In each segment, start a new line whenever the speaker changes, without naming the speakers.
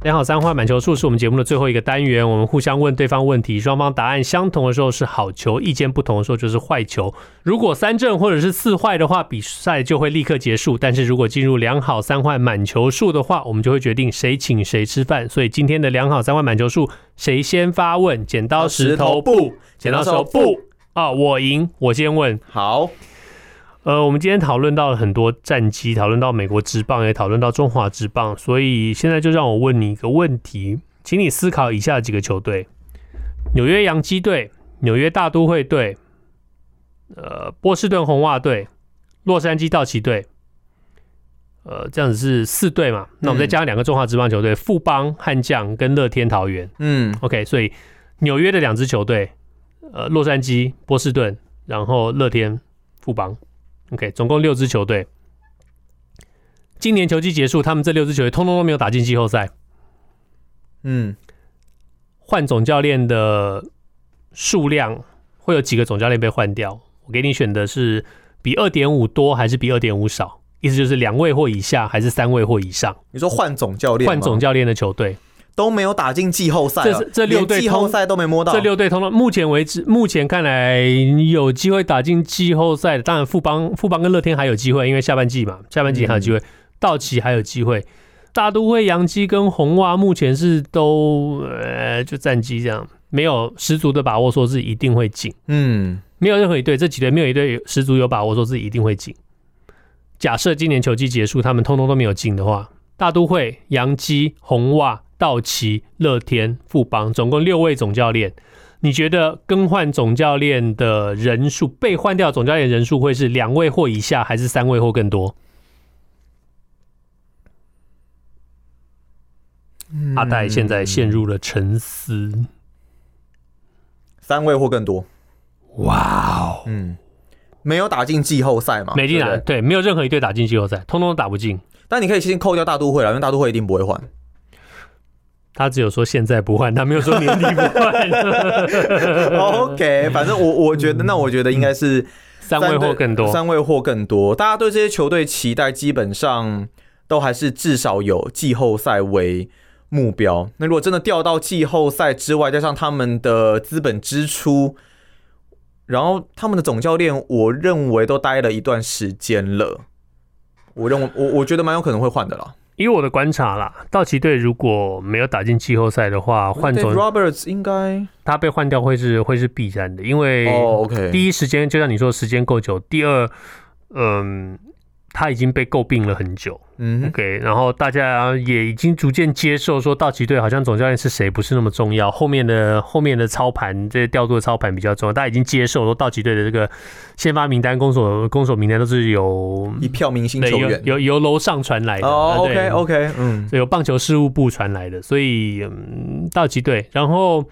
大家好，三花满球数是我们节目的最后一个单元，我们互相问对方问题，双方答案相同的时候是好球，意见不同的时候就是坏球。如果三正或者是四坏的话，比赛就会立刻结束；但是如果进入两好三坏满球数的话，我们就会决定谁请谁吃饭。所以今天的两好三坏满球数，谁先发问？剪刀石头布，剪刀石头布啊、我赢，我先问。
好，
呃，我们今天讨论到了很多战机，讨论到美国职棒，也讨论到中华职棒，所以现在就让我问你一个问题，请你思考以下几个球队：纽约洋基队、纽约大都会队、呃，波士顿红袜队、洛杉矶道奇队。呃，这样子是四队嘛？那我们再加上两个中华职棒球队，富邦悍将跟乐天桃园。
嗯
OK，所以纽约的两支球队，呃，洛杉矶、波士顿，然后乐天、富邦，OK，总共六支球队。今年球季结束，他们这六支球队通通都没有打进季后赛。
嗯，
换总教练的数量会有几个总教练被换掉？我给你选的是比二点五多还是比二点五少？意思就是两位或以下，还是三位或以上？
你说换总教练吗，
换总教练的球队，
都没有打进季后赛啊，
这这六队
连季后赛都没摸到，
这六队通通，目前为止，目前看来有机会打进季后赛的。当然，富邦、富邦跟乐天还有机会，因为下半季嘛，下半季还有机会，道奇还有机会。大都会、洋基跟红袜目前是都呃就战绩这样，没有十足的把握说是一定会进，
嗯
没有任何一队这几队没有一队有十足有把握说是一定会进。假设今年球季结束，他们通通都没有进的话，大都会、洋基、红袜、道奇、乐天、富邦，总共六位总教练。你觉得更换总教练的人数，被换掉总教练人数会是两位或以下，还是三位或更多？阿戴现在陷入了沉思。
三位或更多，
哇哦，
嗯，没有打进季后赛嘛，
没进来，
对哦不对
对，没有任何一队打进季后赛，通通都打不进。
但你可以先扣掉大都会了，因为大都会一定不会 换。
他只有说现在不换，他没有说年底不 换。
OK，反正我我觉得，那我觉得应该是
三位或更多，
三位或更多。大家对这些球队期待，基本上都还是至少有季后赛为目标。那如果真的掉到季后赛之外，加上他们的资本支出，然后他们的总教练，我认为都待了一段时间了。我认为我我觉得蛮有可能会换的啦。
以我的观察啦，道奇队如果没有打进季后赛的话，换
Dave
总
Roberts 应该
他被换掉会是会是必然的，因为
哦，OK，
第一时间就像你说时间够久，第二，嗯，他已经被诟病了很久
嗯哼
，OK，然后大家也已经逐渐接受说道奇队好像总教练是谁不是那么重要，后面的后面的操盘这些调度的操盘比较重要，大家已经接受说道奇队的这个先发名单、攻守攻守名单都是由
一票明星
对
球
由
员。
由由楼上传来的
哦
啊对
，OK OK，嗯，
由棒球事务部传来的，所以嗯，道奇队。然后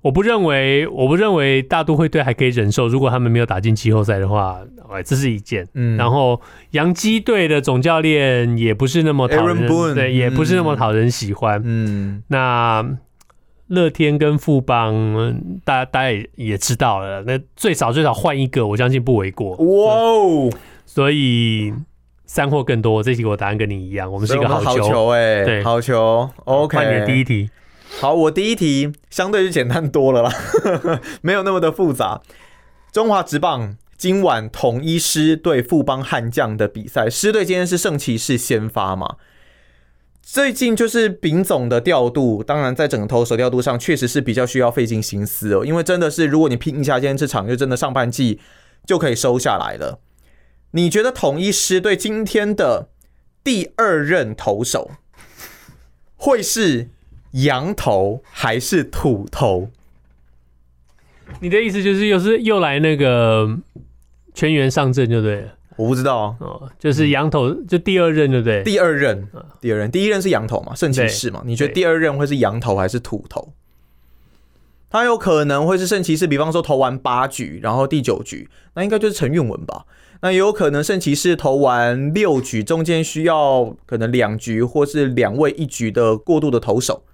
我不认为，我不认为大都会队还可以忍受，如果他们没有打进季后赛的话，哎，这是一件。
嗯
然后洋基队的总教练也不是那么讨
Aaron
人
Boone，
对，也不是那么
嗯
讨人喜欢。
嗯，
那乐天跟富邦，嗯大家大家也也知道了，那最少最少换一个，我相信不为过。
哇哦，
所以三或更多，这题我答案跟你一样，我们是一个
所以我
好
们好
球。
球哎、
对
好球。OK，
换你的第一题。
好，我第一题相对就简单多了啦， 没有那么的复杂。中华职棒今晚统一狮对富邦悍将的比赛，狮队今天是圣骑士先发嘛？最近就是丙总的调度，当然在整个投手调度上确实是比较需要费尽心思哦，因为真的是如果你拼一下今天这场，就真的上半季就可以收下来了。你觉得统一狮队今天的第二任投手会是羊头还是土头？
你的意思就是又是又来那个全员上阵就对了
我不知道啊。
哦，就是羊头就第二任对不对？
嗯第二任，第二任，第一任是羊头嘛，圣骑士嘛？你觉得
对
第二任会是羊头还是土头？他有可能会是圣骑士，比方说投完八局，然后第九局，那应该就是陈运文吧。那也有可能圣骑士投完六局，中间需要可能两局或是两位一局的过渡的投手。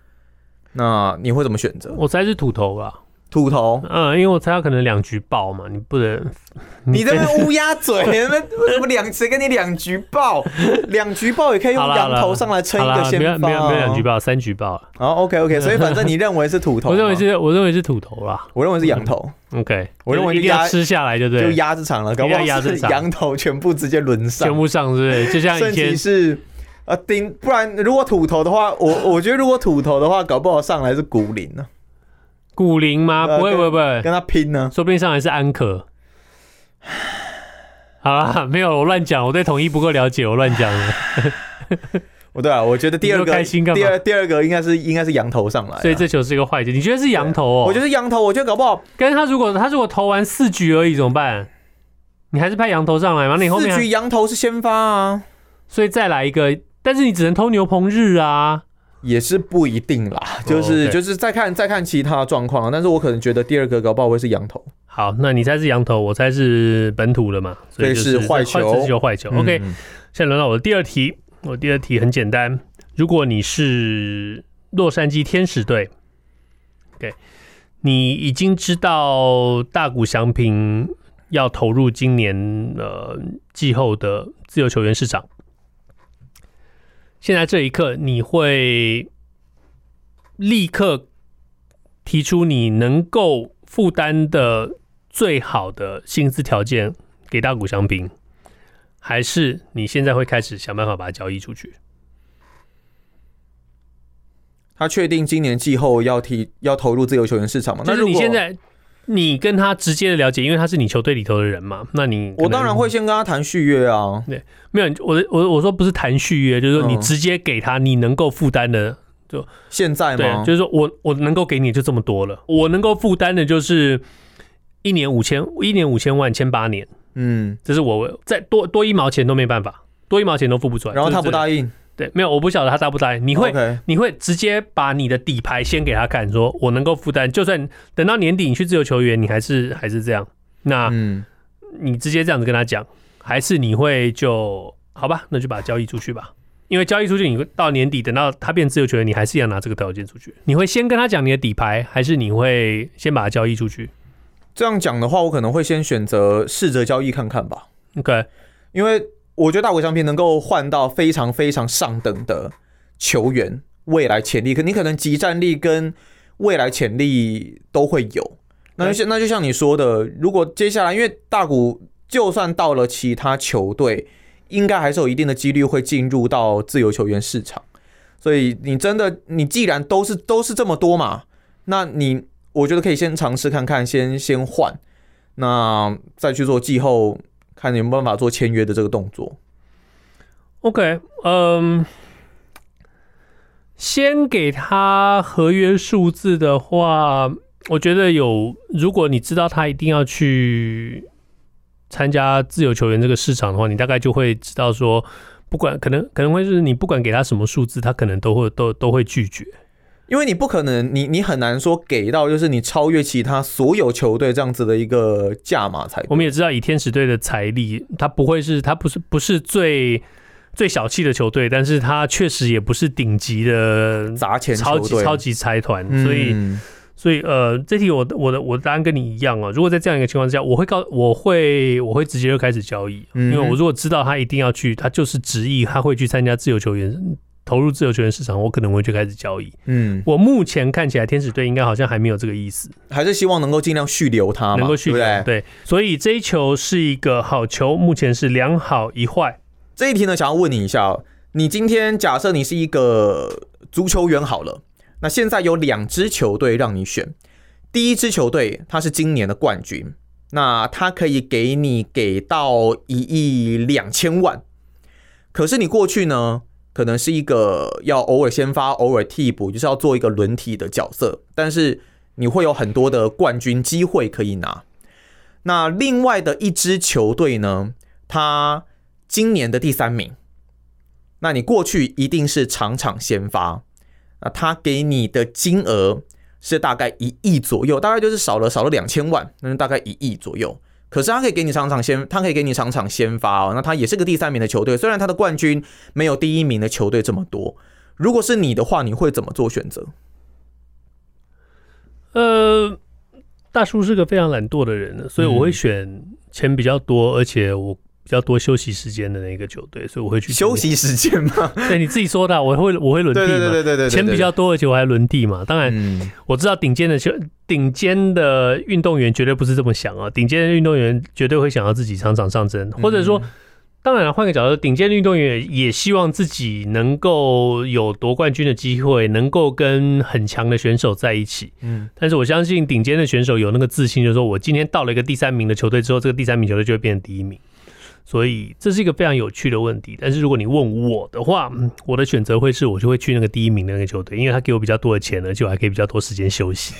那你会怎么选择？
我猜是土头吧，
土头？
嗯，因为我猜他可能两局爆嘛，你不能，
你这
被
边乌鸦嘴，那边为什么两谁跟你两局爆？两局爆也可以用
好啦好
羊
啦
头上来撑一
好
个
啦，
先
没
发、啊
有没有没有两局。爆，三局爆了。
好，OK OK，所以反正你认为是土头，
我认为，是我认为是土头啦
我认为是羊头，
，OK，
我认为
一定
压
要吃下来，对不
就
对？
压这场了，搞不
一定要
好
压这
是
场
羊头全部直接轮上
全。部上，对不对？就像
甚
以前
至是呃顶，不然如果土头的话，我 我觉得如果土头的话，搞不好上来是古林呢、
古灵吗？
呃
不会不会不会，
跟他拼呢、
说不定上来是安 可。好啦，没有，我乱讲，我对统一不够了解，我乱 讲
哎
的。
我对啊，我觉得第二
你那
个
么开心干嘛
第二第二个应该是应该是羊头上来啊、
所以这球是一个坏球，你觉得是羊头哦？
我觉得是羊头，我觉得搞不好
但是他如果他如果投完四局而已怎么办？你还是派羊头上来吗？那你后面
四
还
局羊头是先发啊，
所以再来一个，但是你只能偷牛棚日啊。
也是不一定啦， 就是、
哦 OK
就是再看再看其他状况啊，但是我可能觉得第二个搞不好会是羊头。
好，那你猜是羊头，我猜是本土的嘛，所以就
所以是坏球
这就是坏球。OK，
嗯
现在轮到我的第二题，我第二题很简单。如果你是洛杉矶天使队，OK，你已经知道大谷翔平要投入今年呃季后的自由球员市场。现在这一刻，你会立刻提出你能够负担的最好的薪资条件给大谷翔平。还是你现在会开始想办法把它交易出去？
他确定今年季后要提要投入自由球员市场嘛？
就
哦那
是
如
你
果
现在你跟他直接的了解，因为他是你球队里头的人嘛，那你可能
我当然会先跟他谈续约啊，
没有我的我我说不是谈续约，就是说你
嗯
直接给他你能够负担的，
现在
对啊
吗，
就？是说我我能够给你就这么多了，我能够负担的就是一年五千一年五千万签八年，
嗯，
这是我再多多一毛钱都没办法，多一毛钱都付不出来。
然后他不
应，
哦答应，
对，没有我不晓得他答不答应，你会
o k
你会直接把你的底牌先给他看，说我能够负担，就算等到年底你去自由球员，你还是还是这样。那
嗯。
你直接这样子跟他讲，还是你会就好吧？那就把它交易出去吧。因为交易出去，你到年底等到他变自由球员，你还是要拿这个条件出去。你会先跟他讲你的底牌，还是你会先把它交易出去
这样讲的话，我可能会先选择试着交易看看吧，
？OK，
因为我觉得大谷翔平能够换到非常非常上等的球员，未来潜力，可你可能集战力跟未来潜力都会有。那就像那就像你说的，如果接下来，因为大谷就算到了其他球队，应该还是有一定的几率会进入到自由球员市场。所以你真的，你既然都是都是这么多嘛，那你我觉得可以先尝试看看，先先换，那再去做季后，看有没有办法做签约的这个动作。
OK，嗯，先给他合约数字的话，我觉得有，如果你知道他一定要去参加自由球员这个市场的话，你大概就会知道说，不管可能可能会是你不管给他什么数字，他可能都会都都会拒绝。
因为你不可能，你你很难说给到就是你超越其他所有球队这样子的一个价码才对。
我们也知道，以天使队的财力，他不会是他不是不是最最小气的球队，但是他确实也不是顶级的
砸钱
超
球
级
队，
超级财团，
嗯
所以。所以呃，这题我的我的我的答案跟你一样哦。如果在这样一个情况之下，我会告我会我会直接就开始交易，啊
嗯
因为我如果知道他一定要去，他就是执意他会去参加自由球员，投入自由球员市场，我可能会就开始交易。
嗯，
我目前看起来天使队应该好像还没有这个意思，
还是希望能够尽量续留啊他嘛，
能够续
对不
留
对？
对，所以这一球是一个好球，目前是两好一坏。
这一题呢，想要问你一下哦，你今天假设你是一个足球员好了，那现在有两支球队让你选，第一支球队它是今年的冠军，那它可以给你给到一亿两千万，可是你过去呢，可能是一个要偶尔先发、偶尔替补，就是要做一个轮替的角色，但是你会有很多的冠军机会可以拿。那另外的一支球队呢，它今年的第三名，那你过去一定是场场先发，那他给你的金额是大概一亿左右，大概就是少了少了两千万，那就大概一亿左右。可是他可以给你场场先，他可以给你场场先发哦。那他也是个第三名的球队，虽然他的冠军没有第一名的球队这么多。如果是你的话，你会怎么做选择？
呃，大叔是个非常懒惰的人，所以我
嗯
会选钱比较多，而且我比较多休息时间的那个球队，所以我会去
休。息时间吗？
对，你自己说的啊，我会我会轮地
对
嘛，
对对对对对，
钱比较多，而且我还轮地嘛。当然，
嗯，
我知道顶尖的球，顶尖的运动员绝对不是这么想啊，顶尖的运动员绝对会想要自己场场上阵，
嗯
或者说。当然了，换个角度，顶尖的运动员也希望自己能够有夺冠军的机会，能够跟很强的选手在一起。
嗯，
但是我相信顶尖的选手有那个自信，就是说我今天到了一个第三名的球队之后，这个第三名球队就会变成第一名。所以这是一个非常有趣的问题。但是如果你问我的话，嗯我的选择会是我就会去那个第一名的那个球队，因为他给我比较多的钱，而且我还可以比较多时间休息。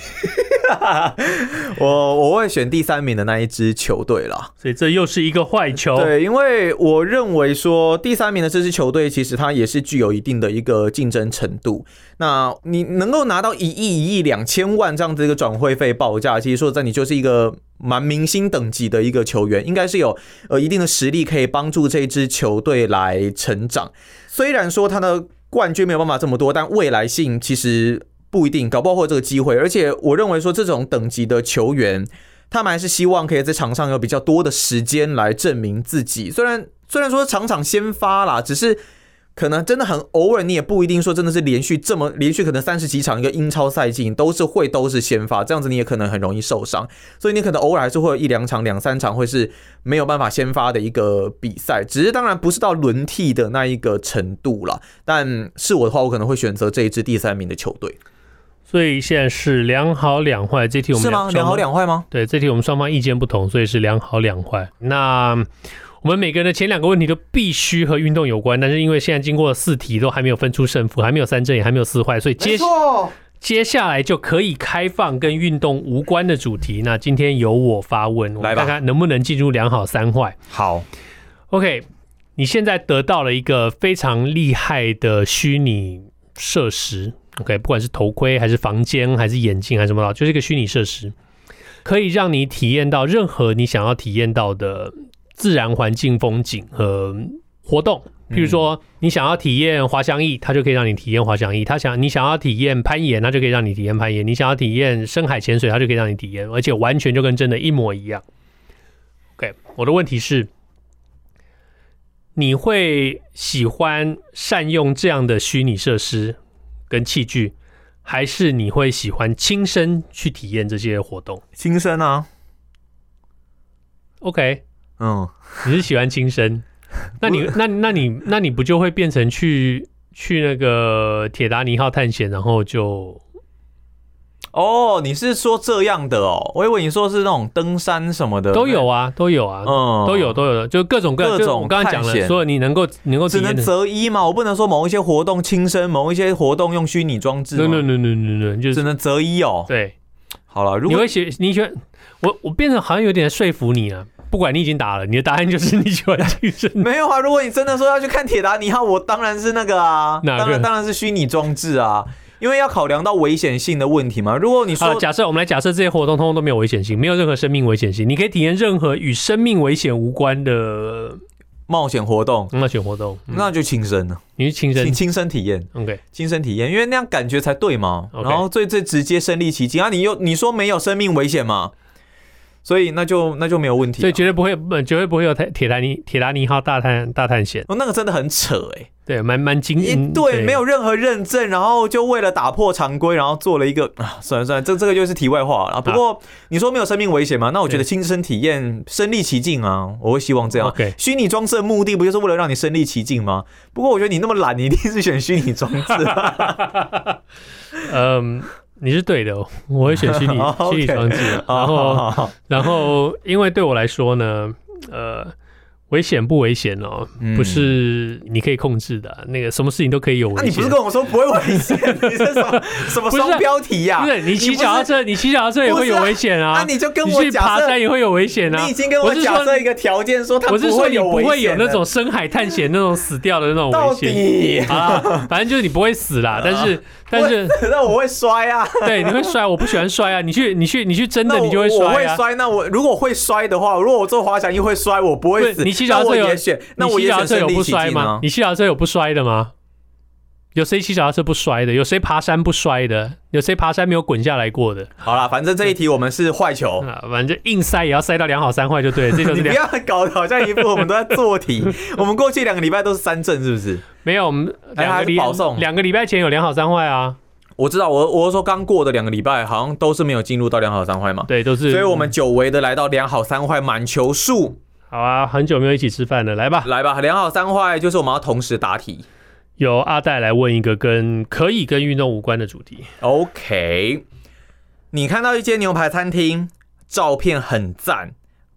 我我会选第三名的那一支球队啦。
所以这又是一个坏球。
对，因为我认为说第三名的这支球队，其实它也是具有一定的一个竞争程度。那你能够拿到一亿、一亿两千万这样子一个转会费报价，其实说实在你就是一个蛮明星等级的一个球员，应该是有呃一定的实力可以帮助这支球队来成长。虽然说他的冠军没有办法这么多，但未来性其实不一定，搞不好会有这个机会。而且我认为说这种等级的球员。他们还是希望可以在场上有比较多的时间来证明自己。虽然虽然说场场先发啦，只是可能真的很偶尔，你也不一定说真的是连续这么连续可能三十几场一个英超赛季你都是会都是先发，这样子你也可能很容易受伤。所以你可能偶尔还是会有一两场、两三场会是没有办法先发的一个比赛。只是当然不是到轮替的那一个程度啦。但是我的话，我可能会选择这一支第三名的球队，
所以现在是两好两坏，这题我们
是吗？
双
两好两坏吗？
对这题我们双方意见不同，所以是两好两坏。那我们每个人的前两个问题都必须和运动有关，但是因为现在经过了四题都还没有分出胜负，还没有三正也还没有四坏，所以接
错，
接下来就可以开放跟运动无关的主题。那今天由我发问，我
来
们
吧
看看能不能进入两好三坏。
好，
OK，你现在得到了一个非常厉害的虚拟设施。OK，不管是头盔还是房间还是眼镜还是什么的，就是一个虚拟设施，可以让你体验到任何你想要体验到的自然环境、风景和活动。譬如说，你想要体验滑翔翼，它就可以让你体验滑翔翼；他想你想要体验攀岩，它就可以让你体验攀岩；你想要体验深海潜水，它就可以让你体验，而且完全就跟真的一模一样。OK，我的问题是，你会喜欢善用这样的虚拟设施跟器具，还是你会喜欢亲身去体验这些活动
轻声啊，
？OK，
嗯。
你是喜欢亲 身，那你那那你那你不就会变成去去那个铁达尼号探险，然后就
哦，你是说这样的哦？我以为你说是那种登山什么的，
都有啊，都有啊，
嗯
都有。都有的，就各种各样
各
就是
种
我刚刚讲
探
了，
险
所有你能够能够体
只能
验的。
择一嘛，我不能说某一些活动亲身，某一些活动用虚拟装置
no
嘛
no no no no no，就
只
是
能择一哦。
对，
好了，如
你
果
会喜你喜欢我，我变成好像有点说服你了。不管你已经打了，你的答案就是你喜欢亲身
没有啊，如果你真的说要去看铁达尼号，我当然是那个 啊，
哪个
当然当然是虚拟装置啊，因为要考量到危险性的问题嘛。如果你
啊，
说
假设我们来假设这些活动通通都没有危险性，没有任何生命危险性，你可以体验任何与生命危险无关的
冒险活动，
冒险活动。嗯、
那就亲身了，
你是亲身
亲亲身体验。
，OK，
亲身体验，因为那样感觉才对嘛。
OK
然后最最直接身临其境啊，你又你说没有生命危险嘛，所以那就那就没有问题、
所
啊
以。绝对不会，呃绝对不会有铁铁达尼铁达尼号大探大探险，
哦，那个真的很扯哎、
对，蛮蛮惊
欸
嗯
对，没有任何认证，然后就为了打破常规，然后做了一个 啊，算了算了，这这个就是题外话了。不过、你说没有生命危险嘛，那我觉得
对
亲身体验身临其境啊，我会希望这样。
OK
虚拟装置的目的不就是为了让你身临其境吗？不过我觉得你那么懒，你一定是选虚拟装置、啊
嗯。你是对的，我会选虚 拟
OK
虚拟装置，然
好
后
好好
然后，因为对我来说呢，呃，危险不危险哦？
嗯
不是你可以控制的，那个什么事情都可以有
那、
危
啊你不
险。
是跟我说不会危险？你这什么什么
不是啊
双标题呀、
不是你骑脚踏车，你骑脚踏车也会有危险
那、
啊！
你就跟
你
我
去
假
爬
设
山，也会有危险啊！
你已经跟我
我是
假
说
设一个条件，说他
我是说你
有
不
危
会有
险
那
的
种深海探险那种死掉的那种
到
危险。
底。
好啦，反正就是你不会死啦，但 是但是
那我会摔啊，
对你会摔，我不喜欢摔啊！你去你去你去真
那
的
我
你就会
我
摔
会
啊！
摔。那我如果会摔的话，如果我做滑翔翼会摔，我不会
对
死。
你骑
那
脚踏
我
车有
也选，那
你
我
骑
也
脚踏
选
车有
身
不
临其
摔
境
吗
啊？。
你骑脚踏车有不摔的吗？有谁骑脚踏车不摔的？有谁爬山不摔的？有谁爬山没有滚下来过的？
好啦，反正这一题我们是坏球。
啊，反正硬塞也要塞到两好三坏就对了，这就
你
是
不
两
要搞得好像一副我们都在做 题。我们过去两个礼拜都是三正，是不是？
没有我们
哎
两
还
个
是
礼
保送
两个礼拜前有两好三坏啊，
我知道，我我是说刚过的两个礼拜好像都是没有进入到良好三坏嘛，
对，都是。
所以我们久违的来到良好三坏满球数，
好啊，很久没有一起吃饭了，来吧。
来吧，良好三坏就是我们要同时答题。
由阿戴来问一个跟可以跟运动无关的主题。
OK，你看到一间牛排餐厅，照片很赞，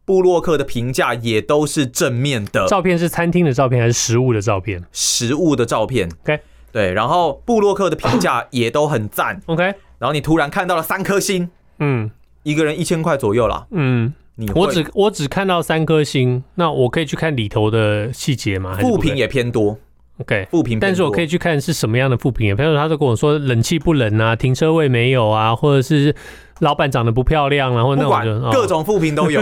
布洛克的评价也都是正面的，
照片是餐厅的照片还是食物的照片
食物的照片。
OK
对，然后布洛克的评价也都很赞，
？OK，
然后你突然看到了三颗星，
嗯
一个人一千块左右啦，
嗯，
你
我
会
只我只看到三颗星，那我可以去看里头的细节吗？还是不
负
可以
评也偏多，
OK。
负评偏多，
但是我可以去看是什么样的负评，比如说他就跟我说冷气不冷啊，停车位没有啊，或者是老板长得不漂亮啊，或者
不
那
管
种就、哦
各种负 评都有。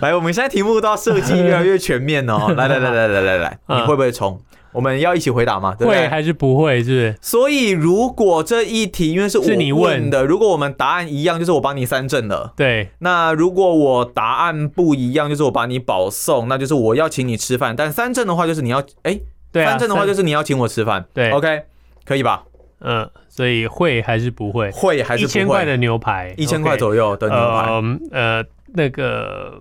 来，我们现在题目都要设计越来越全面 哦。来来来来来来来，
嗯
你会不会冲？我们要一起回答嘛，对不
会
对？
还是不会，是
所以如果这一题因为是我
是你问
问的，如果我们答案一样，就是我帮你三正了。
不是？对，
那如果我答案不一样，就是我把你保送，那就是我要请你吃饭。但三正的话就是你要，哎、
对啊，
三正的话就是是你要请我吃饭。
对
，OK，可以吧？
嗯，所以会还是不会？
会还是
一
不会？
千块的牛排，
一千块
OK
左右的牛排。
呃呃，那个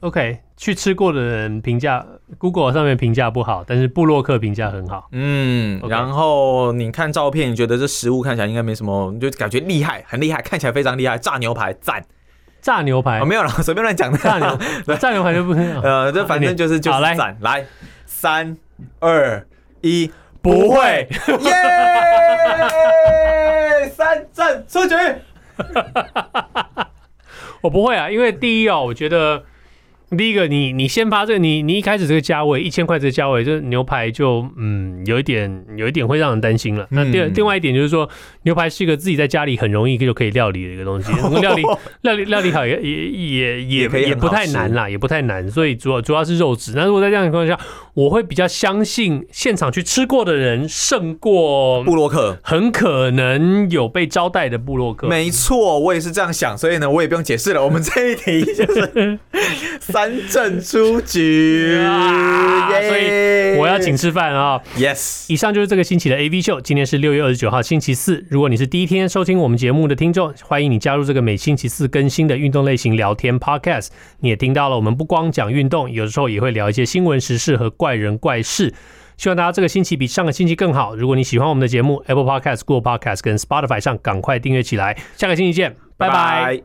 OK，去吃过的人评价，Google 上面评价不好，但是布洛克评价很好。
嗯，
OK
然后你看照片，你觉得这食物看起来应该没什么，你就感觉厉害，很厉害，看起来非常厉害，炸牛排赞
炸牛排
啊、，没有啦， 随便乱讲
哎炸
的。
牛，炸牛排就不是
呃，这反正就是就
好
是
来
赞，来，三二一，
不会，
耶，三战出局。
嗯我不会啊，因为第一哦，我觉得第一个你你先发这个，你你一开始这个价位一千块这个价位，这牛排就嗯有一点有一点会让人担心了。那第二
嗯
另外一点就是说，牛排是一个自己在家里很容易就可以料理的一个 东西，料理料理料理好也也也
哦也
也
可以
也
很
不
好
太
吃
难啦，也不太难。所以主要主要是肉质。那如果在这样的情况下，我会比较相信现场去吃过的人胜过
布洛克，
很可能有被招待的布洛克。
没错，我也是这样想，所以呢，我也不用解释了。我们这一题就是 三战出局，
啊
耶
所以我要请吃饭啊、
yes。
以上就是这个星期的 AV 秀，今天是六月二十九号星期四。如果你是第一天收听我们节目的听众，欢迎你加入这个每星期四更新的运动类型聊天 Podcast。你也听到了，我们不光讲运动，有时候也会聊一些新闻时事和怪人怪事。希望大家这个星期比上个星期更好。如果你喜欢我们的节目，Apple Podcast、Google Podcast 跟 Spotify 上赶快订阅起来。下个星期见，拜拜